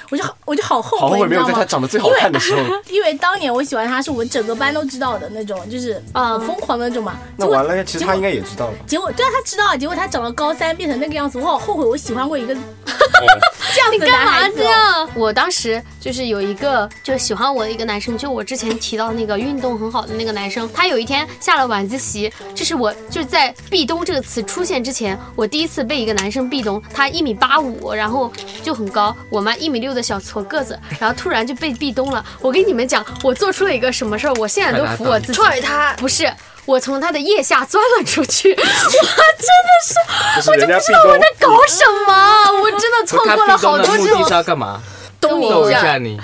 [SPEAKER 3] 我就好，我就好后
[SPEAKER 4] 好后
[SPEAKER 3] 悔，
[SPEAKER 4] 悔
[SPEAKER 3] 你
[SPEAKER 4] 没
[SPEAKER 3] 知
[SPEAKER 4] 有
[SPEAKER 3] 道
[SPEAKER 4] 在他
[SPEAKER 3] 吗？
[SPEAKER 4] 长得最好看的时候。
[SPEAKER 3] 因为当年我喜欢他，是我们整个班都知道的那种，就是
[SPEAKER 2] 嗯
[SPEAKER 3] 很疯狂的那种嘛。
[SPEAKER 4] 那
[SPEAKER 3] 结果
[SPEAKER 4] 完了，其实他应该也知 道吧？
[SPEAKER 3] 结果对啊，他知道啊，结果他长到高三变成那个样子，我好后悔，我喜欢过一个这样子
[SPEAKER 2] 你
[SPEAKER 3] 的
[SPEAKER 2] 干
[SPEAKER 3] 男
[SPEAKER 2] 嘛
[SPEAKER 3] 孩子
[SPEAKER 2] 这
[SPEAKER 3] 哦、
[SPEAKER 2] 样？啊我当时就是有一个就喜欢我的一个男生，就我之前提到那个运动很好的那个男生，他有一天下了晚自习，这是我就是在“壁咚”这个词出现之前，我第一次被一个男生壁咚，他一米八五，然后就很高，我妈一米六的小矬个子，然后突然就被壁咚了。我跟你们讲，我做出了一个什么事儿，我现在都服我自己。
[SPEAKER 5] 踹他
[SPEAKER 2] 不是。我从他的腋下钻了出去，我真的是，
[SPEAKER 4] 不
[SPEAKER 2] 我
[SPEAKER 4] 是
[SPEAKER 2] 就
[SPEAKER 4] 人家
[SPEAKER 2] 不知道
[SPEAKER 4] 壁咚
[SPEAKER 2] 我在搞什么，我真的错
[SPEAKER 6] 他
[SPEAKER 2] 过了
[SPEAKER 6] 壁咚
[SPEAKER 2] 好
[SPEAKER 6] 的
[SPEAKER 2] 多
[SPEAKER 6] 目
[SPEAKER 2] 这种
[SPEAKER 6] 的是要干嘛？
[SPEAKER 2] 逗
[SPEAKER 6] 逗
[SPEAKER 2] 我
[SPEAKER 6] 一下你，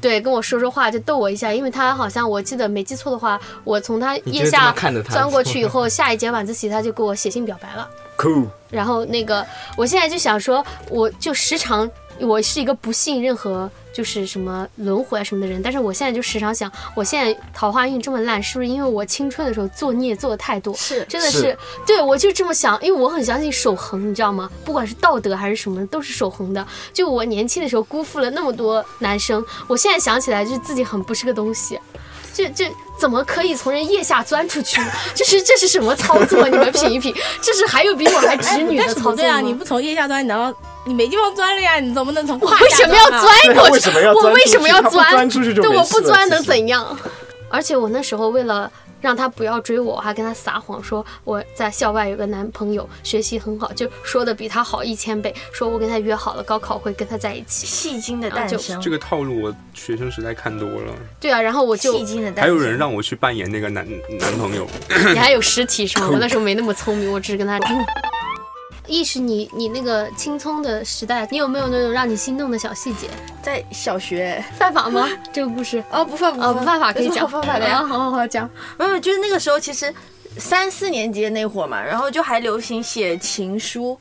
[SPEAKER 2] 对，跟我说说话就逗我一下，因为他好像我记得没记错的话，我从他腋
[SPEAKER 6] 你就这
[SPEAKER 2] 下
[SPEAKER 6] 么看着他
[SPEAKER 2] 钻过去以后，下一节晚自习他就给我写信表白了。
[SPEAKER 4] ，cool，
[SPEAKER 2] 然后那个，我现在就想说，我就时常我是一个不信任何就是什么轮回啊什么的人，但是我现在就时常想，我现在桃花运这么烂，是不是因为我青春的时候作孽做的太多？
[SPEAKER 5] 是
[SPEAKER 2] 真的是，
[SPEAKER 4] 是
[SPEAKER 2] 对我就这么想，因为我很相信守恒，你知道吗？不管是道德还是什么，都是守恒的。就我年轻的时候辜负了那么多男生，我现在想起来就是自己很不是个东西，就就怎么可以从人腋下钻出去？就是这是什么操作？你们品一品，这是还有比我还直女
[SPEAKER 3] 哎
[SPEAKER 2] 的
[SPEAKER 3] 但是
[SPEAKER 2] 操作
[SPEAKER 3] 不对啊，
[SPEAKER 2] 吗？
[SPEAKER 3] 你不从腋下钻，你难道你没地方钻了呀？你总 不能从胯
[SPEAKER 2] 为
[SPEAKER 3] 下啊
[SPEAKER 2] 什么要
[SPEAKER 3] 吧
[SPEAKER 2] 钻？过去？
[SPEAKER 4] 哎为什么要
[SPEAKER 2] 我为什么要
[SPEAKER 4] 钻出去他不钻出去就没
[SPEAKER 2] 对，
[SPEAKER 4] 事
[SPEAKER 2] 我不
[SPEAKER 4] 了
[SPEAKER 2] 钻
[SPEAKER 4] 其实
[SPEAKER 2] 能怎样？而且我那时候为了让他不要追我，我还跟他撒谎说我在校外有个男朋友，学习很好，就说的比他好一千倍，说我跟他约好了高考会跟他在一起。
[SPEAKER 5] 戏精的
[SPEAKER 2] 然后
[SPEAKER 5] 诞
[SPEAKER 2] 就
[SPEAKER 5] 生，
[SPEAKER 1] 这个套路我学生时代看多了，
[SPEAKER 2] 对啊，然后我 就
[SPEAKER 5] 戏精的诞生，
[SPEAKER 1] 还有人让我去扮演那个男男朋友，
[SPEAKER 2] 你还有实体是吗？我那时候没那么聪明，我只是跟他。 意识你你那个青葱的时代，你有没有那种让你心动的小细节？
[SPEAKER 5] 在小学
[SPEAKER 2] 犯法吗？ 这个故事？
[SPEAKER 5] 哦，不犯不
[SPEAKER 2] 哦，不犯法可以
[SPEAKER 5] 有什
[SPEAKER 2] 讲，
[SPEAKER 5] 么好犯法的 呀
[SPEAKER 2] 啊，好好好讲。
[SPEAKER 5] 没有，就是那个时候其实三四年级的那会儿嘛，然后就还流行写情书，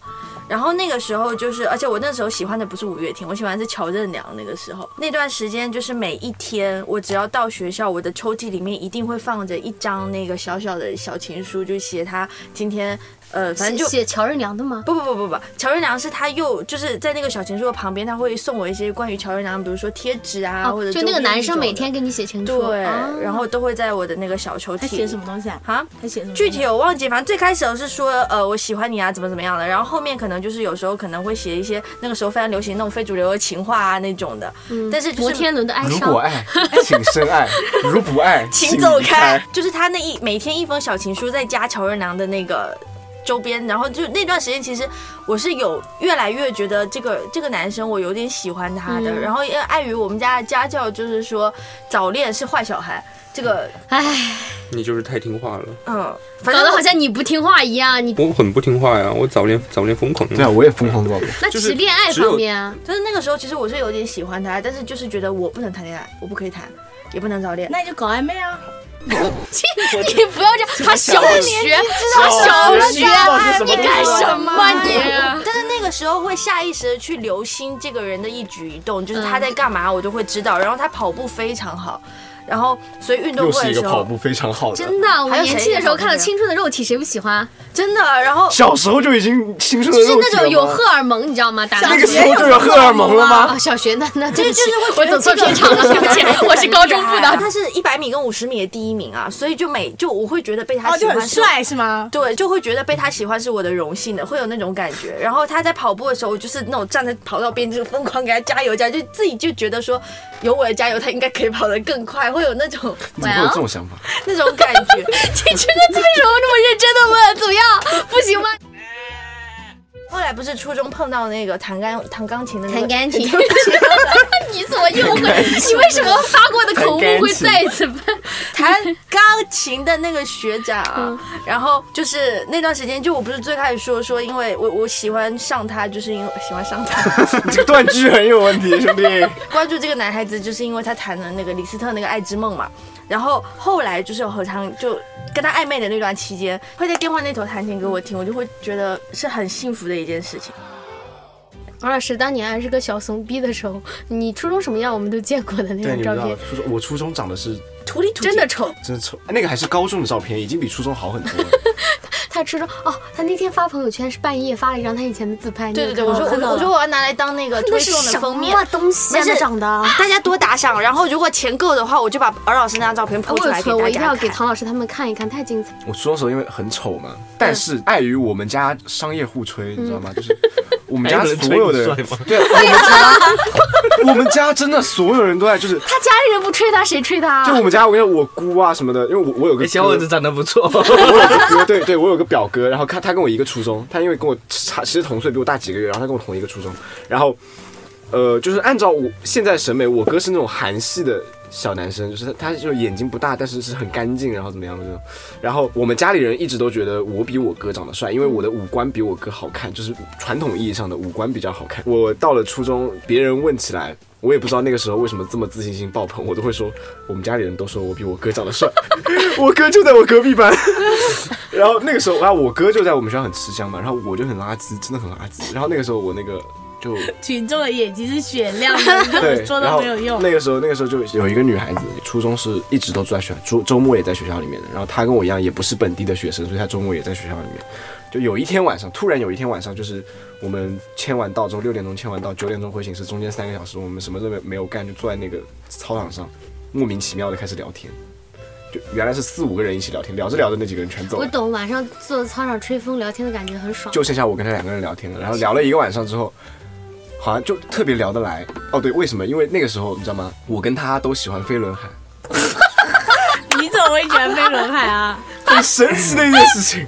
[SPEAKER 5] 然后那个时候就是，而且我那时候喜欢的不是五月天，我喜欢的是乔任梁。那个时候那段时间就是每一天，我只要到学校，我的抽屉里面一定会放着一张那个小小的小情书，就写他今天呃，反正
[SPEAKER 2] 是
[SPEAKER 5] 就
[SPEAKER 2] 写乔任梁的吗？
[SPEAKER 5] 不不不不不，乔任梁是他又就是在那个小情书的旁边，他会送我一些关于乔任梁，比如说贴纸啊，
[SPEAKER 2] 哦
[SPEAKER 5] 或者
[SPEAKER 2] 就那个
[SPEAKER 5] 周边这
[SPEAKER 2] 男生
[SPEAKER 5] 种
[SPEAKER 2] 每
[SPEAKER 5] 的
[SPEAKER 2] 天给你写情书，
[SPEAKER 5] 对，
[SPEAKER 2] 啊
[SPEAKER 5] 然后都会在我的那个小抽屉里。
[SPEAKER 3] 他写什么东西啊？
[SPEAKER 5] 啊？
[SPEAKER 3] 他写什么东西？
[SPEAKER 5] 具体我忘记，反正最开始我是说，呃，我喜欢你啊，怎么怎么样的。然后后面可能就是有时候可能会写一些那个时候非常流行那种非主流的情话啊那种的，但是就
[SPEAKER 2] 摩
[SPEAKER 5] 是
[SPEAKER 2] 天轮的哀
[SPEAKER 4] 如
[SPEAKER 2] 伤
[SPEAKER 4] 果，爱，请深爱；如不爱，
[SPEAKER 5] 请
[SPEAKER 4] 离
[SPEAKER 5] 走开。就是他那一每天一封小情书，再加乔任梁的那个周边，然后就那段时间，其实我是有越来越觉得这个这个男生我有点喜欢他的。
[SPEAKER 2] 嗯
[SPEAKER 5] 然后因为碍于我们家的家教，就是说早恋是坏小孩，这个
[SPEAKER 2] 哎，
[SPEAKER 1] 你就是太听话了。
[SPEAKER 5] 嗯，反
[SPEAKER 2] 搞
[SPEAKER 5] 正
[SPEAKER 2] 得
[SPEAKER 5] 我
[SPEAKER 2] 好像你不听话一样。你
[SPEAKER 1] 我很不听话呀，我早恋早恋疯狂。
[SPEAKER 4] 对啊，我也疯狂过。
[SPEAKER 2] 那
[SPEAKER 1] 就
[SPEAKER 2] 其实
[SPEAKER 1] 是
[SPEAKER 2] 恋爱
[SPEAKER 1] 只有
[SPEAKER 2] 方面啊，
[SPEAKER 5] 就是那个时候，其实我是有点喜欢他，但是就是觉得我不能谈恋爱，我不可以谈，也不能早恋。
[SPEAKER 3] 那你就搞暧昧啊！
[SPEAKER 2] 你不要这样。他小学，他小学，啊你干什么啊你？
[SPEAKER 5] 但是那个时候会下意识的去留心这个人的一举一动，就是他在干嘛，我就会知道。然后他跑步非常好，然后所以运动
[SPEAKER 4] 又
[SPEAKER 5] 会
[SPEAKER 4] 是
[SPEAKER 5] 的
[SPEAKER 4] 一个
[SPEAKER 5] 时
[SPEAKER 4] 跑
[SPEAKER 5] 候
[SPEAKER 4] 步非常好的，
[SPEAKER 2] 真的，我
[SPEAKER 5] 还
[SPEAKER 2] 们
[SPEAKER 5] 有谁
[SPEAKER 2] 年轻的时候看到
[SPEAKER 5] 也好
[SPEAKER 2] 青春的肉体，谁不喜欢？
[SPEAKER 5] 真的，然后
[SPEAKER 4] 小时候就已经青春的
[SPEAKER 2] 就
[SPEAKER 4] 肉
[SPEAKER 2] 是
[SPEAKER 4] 体了吗
[SPEAKER 2] 那种有荷尔蒙，你知道吗？打篮球
[SPEAKER 4] 那个时候就有荷尔蒙了吗？
[SPEAKER 2] 啊，小学那那对不起
[SPEAKER 5] 就是会觉得
[SPEAKER 2] 我走错片场了，对不起，我是高中部的。
[SPEAKER 5] 他是一百米跟五十米的第一名啊，所以就每就我会觉得被他
[SPEAKER 3] 哦，
[SPEAKER 5] 喜
[SPEAKER 3] 就
[SPEAKER 5] 欢
[SPEAKER 3] 很
[SPEAKER 5] 是
[SPEAKER 3] 帅是吗？
[SPEAKER 5] 对，就会觉得被他喜欢是我的荣幸的，会有那种感觉。然后他在跑步的时候，我就是那种站在跑道边，就是疯狂给他加油加油，就自己就觉得说，有我的加油，他应该可以跑得更快，会有那种
[SPEAKER 4] 怎么会有这种想法？
[SPEAKER 5] 那种 感觉。
[SPEAKER 2] 你这个为什么那么认真的问？怎么样？不行吗？
[SPEAKER 5] 后来不是初中碰到那个弹钢弹钢琴的那个，
[SPEAKER 2] 弹钢琴，你怎么又会？你为什么发过的口误会再一次犯？
[SPEAKER 5] 弹钢琴的那个学长，啊
[SPEAKER 2] 嗯
[SPEAKER 5] 然后就是那段时间，就我不是最开始说说，因为我我喜欢上他，就是因为喜欢上他，
[SPEAKER 4] 你这个断句很有问题，兄弟。
[SPEAKER 5] 关注这个男孩子，就是因为他弹了那个李斯特那个《爱之梦》嘛。然后后来就是有何尝就跟他暧昧的那段期间，会在电话那头弹琴给我听，我就会觉得是很幸福的一件事情。
[SPEAKER 2] 王老师当年还是个小怂逼的时候，你初中什么样我们都见过的那
[SPEAKER 4] 对，
[SPEAKER 2] 种
[SPEAKER 4] 你
[SPEAKER 2] 照
[SPEAKER 4] 们知道
[SPEAKER 2] 片，
[SPEAKER 4] 初中我初中长得是
[SPEAKER 5] 土里土
[SPEAKER 2] 真的丑。
[SPEAKER 4] 真丑，哎那个还是高中的照片，已经比初中好很多 了。
[SPEAKER 2] 他初中哦，他那天发朋友圈是半夜发了一张他以前的自拍，
[SPEAKER 5] 对对对，
[SPEAKER 2] 你
[SPEAKER 5] 我
[SPEAKER 2] 有
[SPEAKER 5] 说我
[SPEAKER 2] 看
[SPEAKER 5] 说
[SPEAKER 2] 到
[SPEAKER 5] 我说我要拿来当那个推
[SPEAKER 2] 那是
[SPEAKER 5] 送的
[SPEAKER 2] 什
[SPEAKER 5] 封面，
[SPEAKER 2] 么东西啊？
[SPEAKER 5] 没事
[SPEAKER 2] 那长得啊。
[SPEAKER 5] 大家多打赏，然后如果钱够的话，我就把敖老师那张照片
[SPEAKER 2] 啊
[SPEAKER 5] 抛
[SPEAKER 2] 我
[SPEAKER 5] 出
[SPEAKER 2] 有
[SPEAKER 5] 来给
[SPEAKER 2] 存，我
[SPEAKER 5] 大
[SPEAKER 2] 一定
[SPEAKER 5] 家
[SPEAKER 2] 要给
[SPEAKER 5] 看。
[SPEAKER 2] 唐老师他们看一看，太精彩了。
[SPEAKER 4] 嗯我初中时候因为很丑嘛，但是碍于我们家商业互吹，你知道吗？就是我们
[SPEAKER 6] 还有
[SPEAKER 4] 家
[SPEAKER 6] 人
[SPEAKER 4] 所
[SPEAKER 6] 追
[SPEAKER 4] 有的
[SPEAKER 6] 你帅
[SPEAKER 4] 人，
[SPEAKER 6] 吗？
[SPEAKER 4] 对，我们家，我们家真的所有人都在，就是
[SPEAKER 2] 他家里人不吹他，谁吹他啊？
[SPEAKER 4] 就我们家，我跟我姑啊什么的，因为我我有个哥
[SPEAKER 6] 哎，小伙子长得不错，
[SPEAKER 4] 我有个哥，对对，我有个表哥，然后他他跟我一个初中，他因为跟我差，其实同岁比我大几个月，然后他跟我同一个初中，然后呃，就是按照我现在审美，我哥是那种韩系的小男生，就是他他就眼睛不大，但是是很干净，然后怎么样的这种。然后我们家里人一直都觉得我比我哥长得帅，因为我的五官比我哥好看，就是传统意义上的五官比较好看。我到了初中，别人问起来。我也不知道那个时候为什么这么自信心爆棚，我都会说我们家里人都说我比我哥长得帅，我哥就在我隔壁班， 然后那个时候，然后我哥就在我们学校很吃香嘛，然后我就很垃圾，真的很垃圾。然后那个时候我那个就
[SPEAKER 3] 群众的眼睛是雪亮 的，你
[SPEAKER 4] 对，
[SPEAKER 3] 怎么说
[SPEAKER 4] 然
[SPEAKER 3] 都
[SPEAKER 4] 后
[SPEAKER 3] 没有用。啊
[SPEAKER 4] 那个时候，那个时候就有一个女孩子，初中是一直都住在学校，周周末也在学校里面的。然后她跟我一样，也不是本地的学生，所以她周末也在学校里面。就有一天晚上，突然有一天晚上，就是我们签完到之后，六点钟签完到，九点钟回寝室，中间三个小时我们什么都没没有干，就坐在那个操场上，莫名其妙的开始聊天。就原来是四五个人一起聊天，聊着聊着那几个人全走
[SPEAKER 2] 我
[SPEAKER 4] 了。
[SPEAKER 2] 懂，晚上坐操场吹风聊天的感觉很爽。
[SPEAKER 4] 就剩下我跟他两个人聊天了，然后聊了一个晚上之后，好像就特别聊得来。哦，对，为什么？因为那个时候你知道吗？我跟他都喜欢飞轮海，
[SPEAKER 3] 你怎么会喜欢飞轮 海啊？
[SPEAKER 4] 很神奇的一件事情。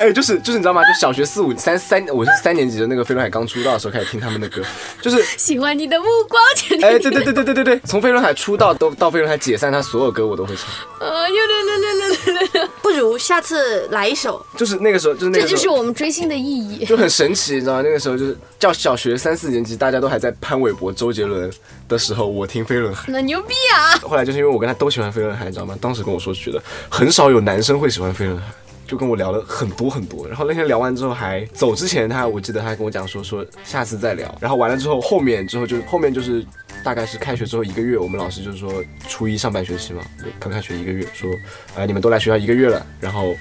[SPEAKER 4] 哎，就是就是你知道吗？就小学四五三三，我是三年级的那个飞轮海刚出道的时候开始听他们的歌，就是
[SPEAKER 2] 喜欢你的目光，甜
[SPEAKER 4] 哎，
[SPEAKER 2] 甜
[SPEAKER 4] 对对对对对对对，从飞轮海出道都到飞轮海解散，他所有歌我都会唱。
[SPEAKER 2] 呃，又六六六六六六，
[SPEAKER 5] 不如下次来一首，
[SPEAKER 4] 就是那个时候，就是那
[SPEAKER 2] 这
[SPEAKER 4] 个时
[SPEAKER 2] 就
[SPEAKER 4] 候。
[SPEAKER 2] 是我们追星的意义。
[SPEAKER 4] 就很神奇，你知道吗？那个时候就是叫小学三四年级，大家都还在潘玮柏、周杰伦的时候，我听飞轮海。
[SPEAKER 2] 那牛逼啊！
[SPEAKER 4] 后来就是因为我跟他都喜欢飞轮海，你知道吗？当时跟我说觉得很少有男生会喜欢飞轮海，就跟我聊了很多很多。然后那天聊完之后还走之前他，我记得他还跟我讲说说下次再聊。然后完了之后，后面之后就后面就是大概是开学之后一个月，我们老师就是说初一上半学期嘛，刚开学一个月，说呃你们都来学校一个月了，然后。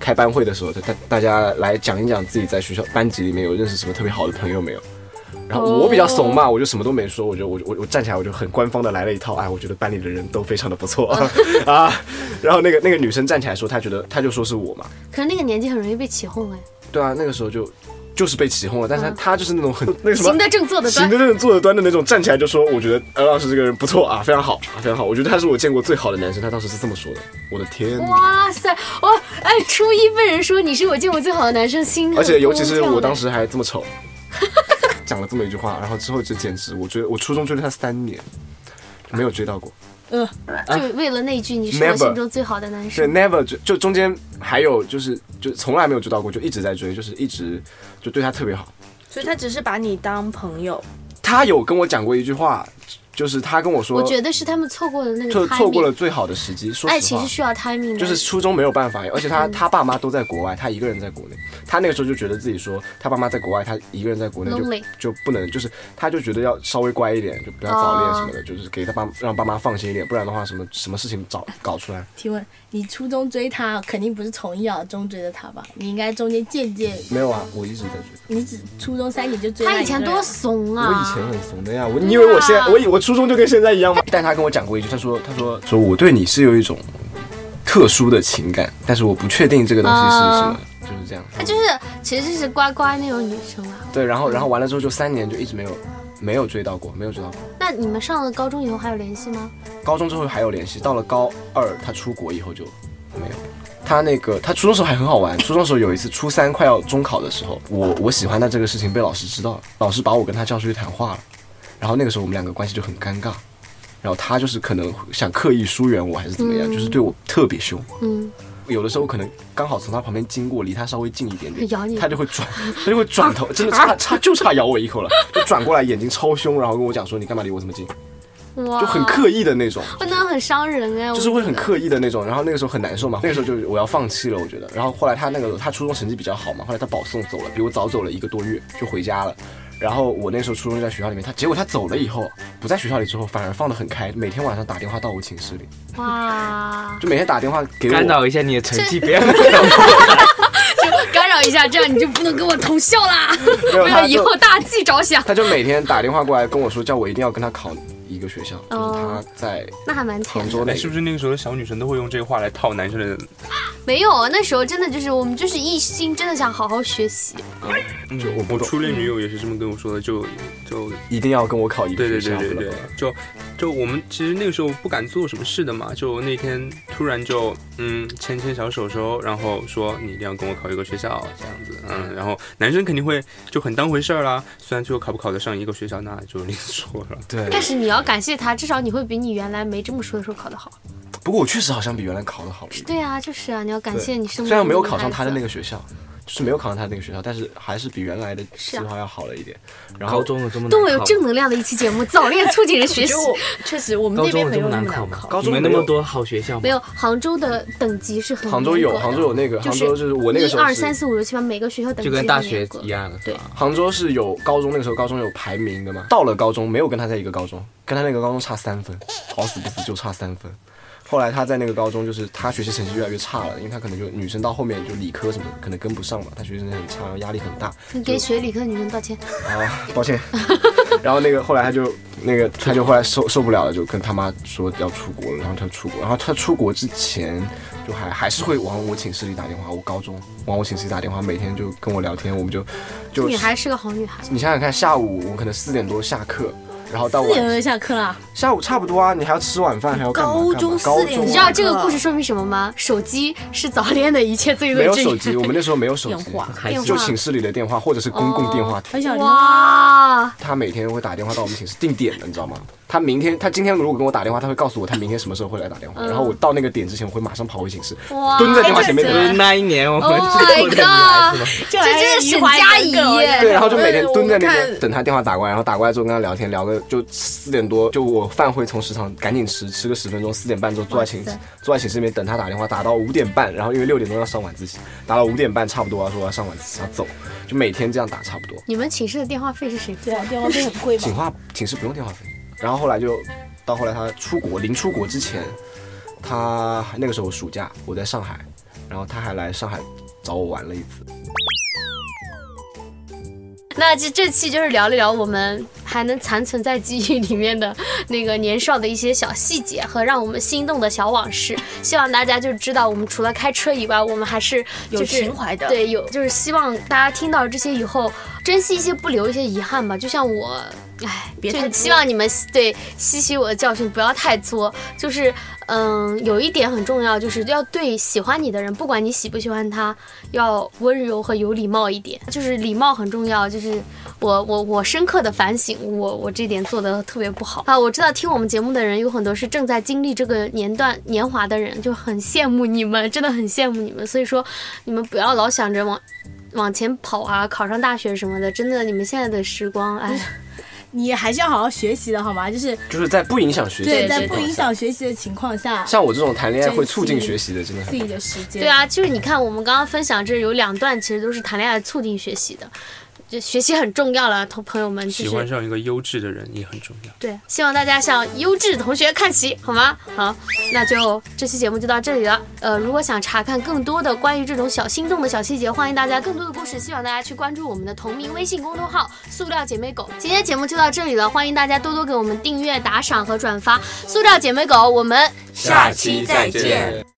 [SPEAKER 4] 开班会的时候，大大家来讲一讲自己在学校班级里面有认识什么特别好的朋友没有？然后我比较怂嘛，我就什么都没说，我就我就我我站起来，我就很官方的来了一套，哎，我觉得班里的人都非常的不错 啊。然后那个那个女生站起来说，她觉得她就说是我嘛，
[SPEAKER 2] 可是那个年纪很容易被起哄哎，
[SPEAKER 4] 对啊，那个时候就就是被起哄了，但是她她就是那种很嗯 那个什么
[SPEAKER 2] 行得正，坐得
[SPEAKER 4] 行
[SPEAKER 2] 端
[SPEAKER 4] 得。正坐得端的那种，站起来就说，我觉得鹅老师这个人不错啊，非常好，啊非常好，我觉得他是我见过最好的男生，他当时是这么说的，我的天。
[SPEAKER 2] 哇塞，哇哎，初一被人说你是我见过最好的哦男生，心很
[SPEAKER 4] 而且尤其是
[SPEAKER 2] 空
[SPEAKER 4] 我当
[SPEAKER 2] 跳
[SPEAKER 4] 时还这么丑，讲了这么一句话，然后之后就简直，我追我初中追了他三年，没有追到过。
[SPEAKER 2] 的就为了那一句你是我
[SPEAKER 4] 哎 Never
[SPEAKER 2] 心中最好的男
[SPEAKER 4] 对
[SPEAKER 2] 生，
[SPEAKER 4] ，never 就就中间还有就是就从来没有追到过，就一直在追，就是一直就对他特别好。
[SPEAKER 5] 所以他只是把你当朋友。
[SPEAKER 4] 他有跟我讲过一句话，就是他跟我说，
[SPEAKER 2] 我觉得是他们错过了那
[SPEAKER 4] 错
[SPEAKER 2] 个
[SPEAKER 4] 错过了
[SPEAKER 2] timing，
[SPEAKER 4] 最好的时机。说
[SPEAKER 2] 爱
[SPEAKER 4] 实
[SPEAKER 2] 情
[SPEAKER 4] 话
[SPEAKER 2] 是，需嗯要 timing 的，
[SPEAKER 4] 就是初中没有办法，而且他他爸妈都在国外，他一个人在国内。他那个时候就觉得自己说，他爸妈在国外，他一个人在国内
[SPEAKER 2] Lonely
[SPEAKER 4] 就就不能，就是他就觉得要稍微乖一点，就不要早恋什
[SPEAKER 2] 哦
[SPEAKER 4] 么的，就是给他爸让爸妈放心一点，不然的话什么什么事情找搞出来。
[SPEAKER 3] 提问：你初中追他，肯定不是从一而终追的他吧？你应该中间间接，
[SPEAKER 4] 没有啊，我一直在追。
[SPEAKER 3] 你只初中三年就追
[SPEAKER 2] 他
[SPEAKER 3] 一
[SPEAKER 2] 以前
[SPEAKER 3] 个人
[SPEAKER 2] 多怂
[SPEAKER 4] 我以
[SPEAKER 2] 啊！
[SPEAKER 4] 前很怂的呀，我你以为我现在我以我初中就跟现在一样吗？但他跟我讲过一句，他说他说说我对你是有一种特殊的情感，但是我不确定这个东西是什么，啊就是这样。
[SPEAKER 2] 她哎就是其实是乖乖那种女生啊。
[SPEAKER 4] 对，然后然后完了之后就三年就一直没有没有追到过，没有追到过。
[SPEAKER 2] 那你们上了高中以后还有联系吗？
[SPEAKER 4] 高中之后还有联系，到了高二他出国以后就没有。他那个他初中时候还很好玩，初中时候有一次初三快要中考的时候，我我喜欢他这个事情被老师知道了，老师把我跟他叫出去谈话了，然后那个时候我们两个关系就很尴尬，然后他就是可能想刻意疏远我还是怎么样，就是对我特别凶，
[SPEAKER 2] 嗯，
[SPEAKER 4] 有的时候可能刚好从他旁边经过，离他稍微近一点点，
[SPEAKER 2] 咬你
[SPEAKER 4] 他就会转，他就会 转头，真的差差就差咬我一口了，就转过来，眼睛超凶，然后跟我讲说你干嘛离我这么近，
[SPEAKER 2] 哇，
[SPEAKER 4] 就很刻意的那种，
[SPEAKER 2] 哇，那很伤人哎，
[SPEAKER 4] 就是
[SPEAKER 2] 我
[SPEAKER 4] 会很刻意的那种。然后那个时候很难受嘛，那个时候就我要放弃了，我觉得。然后后来他那个他初中成绩比较好嘛，后来他保送走了，比我早走了一个多月就回家了。然后我那时候初中就在学校里面，他结果他走了以后，不在学校里之后反而放得很开，每天晚上打电话到我寝室里，
[SPEAKER 2] 哇，
[SPEAKER 4] 就每天打电话给
[SPEAKER 6] 干
[SPEAKER 4] 我。
[SPEAKER 6] 扰一下你的成绩，不要那种
[SPEAKER 2] 就干扰一下，这样你就不能跟我同校啦，
[SPEAKER 4] 没有
[SPEAKER 2] 为
[SPEAKER 4] 他
[SPEAKER 2] 了以
[SPEAKER 4] 就
[SPEAKER 2] 后大计着想。
[SPEAKER 4] 他就每天打电话过来跟我说，叫我一定要跟他考一个学校，就是他在
[SPEAKER 2] 那还蛮甜
[SPEAKER 4] 杭
[SPEAKER 2] 的。
[SPEAKER 4] 州那
[SPEAKER 1] 哎，
[SPEAKER 4] 个
[SPEAKER 1] 是不是那个时候的小女生都会用这个话来套男生的？
[SPEAKER 2] 没有，那时候真的就是我们就是一心真的想好好学习。
[SPEAKER 1] 嗯
[SPEAKER 4] 就我哎不
[SPEAKER 1] 我
[SPEAKER 4] 懂
[SPEAKER 1] 初恋女友也是这么跟我说的，就就
[SPEAKER 4] 一定要跟我考一个
[SPEAKER 1] 对
[SPEAKER 4] 学
[SPEAKER 1] 对
[SPEAKER 4] 校
[SPEAKER 1] 对对对，就就我们其实那个时候不敢做什么事的嘛，就那天突然就嗯牵牵小手手，然后说你一定要跟我考一个学校这样子，嗯，然后男生肯定会就很当回事儿啦，虽然最后考不考得上一个学校那就另说了，
[SPEAKER 4] 对
[SPEAKER 2] 但是你要感谢他，至少你会比你原来没这么说的时候考得好。
[SPEAKER 4] 不过我确实好像比原来考的好一点，
[SPEAKER 2] 对啊，就是啊，你要感谢你生活。
[SPEAKER 4] 虽然我没有考上他的那
[SPEAKER 2] 个，
[SPEAKER 4] 个学校，就是没有考上他的那个学校，但是还是比原来的
[SPEAKER 2] 是
[SPEAKER 4] 计
[SPEAKER 2] 啊
[SPEAKER 4] 划要好了一点。然
[SPEAKER 6] 高
[SPEAKER 4] 后
[SPEAKER 6] 中有这么难
[SPEAKER 2] 多么有
[SPEAKER 6] 考吗
[SPEAKER 2] 正能量的一期节目，早恋促进人学
[SPEAKER 5] 我
[SPEAKER 2] 习
[SPEAKER 5] 觉得。我确实我们
[SPEAKER 6] 高
[SPEAKER 5] 那
[SPEAKER 6] 中
[SPEAKER 5] 边
[SPEAKER 6] 有
[SPEAKER 5] 没
[SPEAKER 6] 这么
[SPEAKER 5] 有那
[SPEAKER 6] 难
[SPEAKER 5] 么
[SPEAKER 6] 考
[SPEAKER 5] 难
[SPEAKER 6] 吗？
[SPEAKER 5] 考。
[SPEAKER 4] 高中
[SPEAKER 6] 你们
[SPEAKER 4] 没
[SPEAKER 6] 那么
[SPEAKER 4] 有
[SPEAKER 6] 多好学校吗？
[SPEAKER 2] 没有，杭州的等级是很
[SPEAKER 4] 杭州
[SPEAKER 2] 严
[SPEAKER 4] 有
[SPEAKER 2] 格的
[SPEAKER 4] 杭州有那个
[SPEAKER 2] 嗯就
[SPEAKER 4] 杭
[SPEAKER 2] 是
[SPEAKER 4] 州就是我那个时候
[SPEAKER 2] 一二
[SPEAKER 4] 是
[SPEAKER 2] 三四五六七八，每个学校等级
[SPEAKER 6] 就跟
[SPEAKER 2] 都
[SPEAKER 6] 大
[SPEAKER 2] 很
[SPEAKER 6] 学
[SPEAKER 2] 严格
[SPEAKER 6] 一样的，是
[SPEAKER 2] 对
[SPEAKER 6] 吧？
[SPEAKER 4] 杭州是有高中，那个时候高中有排名的嘛。到了高中没有跟他在一个高中，跟他那个高中差三分，好死不死就差三分。后来他在那个高中，就是他学习成绩越来越差了，因为他可能就女生到后面就理科什么的可能跟不上嘛，他学习成绩很差，压力很大
[SPEAKER 2] 你给学理科的女生道歉。
[SPEAKER 4] 啊，抱歉。 然后那个后来他就那个他就后来受受不了了，就跟他妈说要出国了，然后他出国，然后他出国之前就还还是会往我寝室里打电话，我高中 往我寝室里打电话，每天就跟我聊天，我们就就
[SPEAKER 2] 女孩是个好女孩，
[SPEAKER 4] 你想想看，下午我可能四点多下课，然后到
[SPEAKER 3] 四点
[SPEAKER 4] 晚
[SPEAKER 3] 就下课了，
[SPEAKER 4] 下午差不多啊，你还要吃晚饭，还要干嘛？
[SPEAKER 5] 高
[SPEAKER 4] 干嘛
[SPEAKER 5] 中
[SPEAKER 4] 高
[SPEAKER 5] 4点
[SPEAKER 4] 中
[SPEAKER 2] 你
[SPEAKER 5] 你
[SPEAKER 2] 知道这个故事说明什么吗？手机是早恋的一切罪恶
[SPEAKER 4] 没有
[SPEAKER 2] 之
[SPEAKER 4] 手
[SPEAKER 2] 一。
[SPEAKER 4] 机，我们那时候没有手机
[SPEAKER 5] 电，话哦
[SPEAKER 6] 还
[SPEAKER 2] 电
[SPEAKER 6] 是
[SPEAKER 2] 话
[SPEAKER 4] 就寝室里的电话或者是公共电话。
[SPEAKER 3] 很小声。
[SPEAKER 2] 哇，
[SPEAKER 4] 他每天会打电话到我们寝室定点的，你知道吗？他明天，他今天如果跟我打电话，他会告诉我他明天什么时候会来打电话，然后我到那个点之前，我会马上跑回寝室，
[SPEAKER 2] 嗯哇
[SPEAKER 4] 蹲在电话前面
[SPEAKER 2] 这
[SPEAKER 4] 等
[SPEAKER 2] 个
[SPEAKER 6] 就是那一年我
[SPEAKER 2] Oh
[SPEAKER 6] 们做
[SPEAKER 2] my
[SPEAKER 6] 的女孩是
[SPEAKER 2] god！
[SPEAKER 6] 吧？
[SPEAKER 3] 这
[SPEAKER 2] 这真是沈佳宜耶
[SPEAKER 4] 对，然后就每天蹲在那边
[SPEAKER 5] 我看
[SPEAKER 4] 等他电话打过来，然后打过来之后跟他聊天，聊个就四点多，就我饭会从食堂赶紧吃，吃个十分钟，四点半之后坐在寝
[SPEAKER 2] 哇塞
[SPEAKER 4] 坐在寝室里面等他打电话，打到五点半，然后因为六点钟要上晚自习，打到五点半差不多要说我要上晚自习要走，就每天这样打差不多。
[SPEAKER 2] 你们寝室的电话费是谁付
[SPEAKER 3] 对？啊，电话费很贵吧
[SPEAKER 4] 寝？话寝室不用电话费，然后后来就到后来他出国，临出国之前，他那个时候暑假我在上海，然后他还来上海找我玩了一次。
[SPEAKER 2] 那这这期就是聊了聊我们还能残存在记忆里面的那个年少的一些小细节和让我们心动的小往事。希望大家就知道，我们除了开车以外，我们还是、就是、
[SPEAKER 5] 有情怀的
[SPEAKER 2] 对，有就是希望大家听到这些以后，珍惜一些，不留一些遗憾吧。就像我，唉，
[SPEAKER 5] 别
[SPEAKER 2] 就
[SPEAKER 5] 太
[SPEAKER 2] 是
[SPEAKER 5] 作
[SPEAKER 2] 希望你们对吸取我的教训，不要太作。就是嗯，有一点很重要，就是要对喜欢你的人，不管你喜不喜欢他，要温柔和有礼貌一点。就是礼貌很重要，就是我我我深刻的反省，我我这点做的特别不好啊。我知道听我们节目的人有很多是正在经历这个年段年华的人，就很羡慕你们，真的很羡慕你们。所以说，你们不要老想着往。往前跑啊，考上大学什么的，真的，你们现在的时光，哎，
[SPEAKER 3] 你还是要好好学习的好吗？就是
[SPEAKER 4] 就是在不影响学习
[SPEAKER 3] 对，
[SPEAKER 4] 的
[SPEAKER 3] 在
[SPEAKER 4] 情
[SPEAKER 3] 不
[SPEAKER 4] 况
[SPEAKER 3] 影
[SPEAKER 4] 下，
[SPEAKER 3] 响学习的情况下，
[SPEAKER 4] 像我这种谈恋爱会促进
[SPEAKER 3] 珍惜
[SPEAKER 4] 学习的，真的
[SPEAKER 3] 自
[SPEAKER 4] 很
[SPEAKER 3] 己
[SPEAKER 4] 棒。
[SPEAKER 3] 的时间。
[SPEAKER 2] 对，啊，就是你看我们刚刚分享这有两段，其实都是谈恋爱促进学习的，就学习很重要了，同朋友们，
[SPEAKER 1] 喜
[SPEAKER 2] 就
[SPEAKER 1] 欢
[SPEAKER 2] 是
[SPEAKER 1] 上一个优质的人也很重要。
[SPEAKER 2] 对，希望大家向优质同学看齐，好吗？好，那就这期节目就到这里了。呃，如果想查看更多的关于这种小心动的小细节，欢迎大家更多的故事，希望大家去关注我们的同名微信公众号“塑料姐妹狗”。今天节目就到这里了，欢迎大家多多给我们订阅、打赏和转发。塑料姐妹狗，我们
[SPEAKER 5] 下期再见。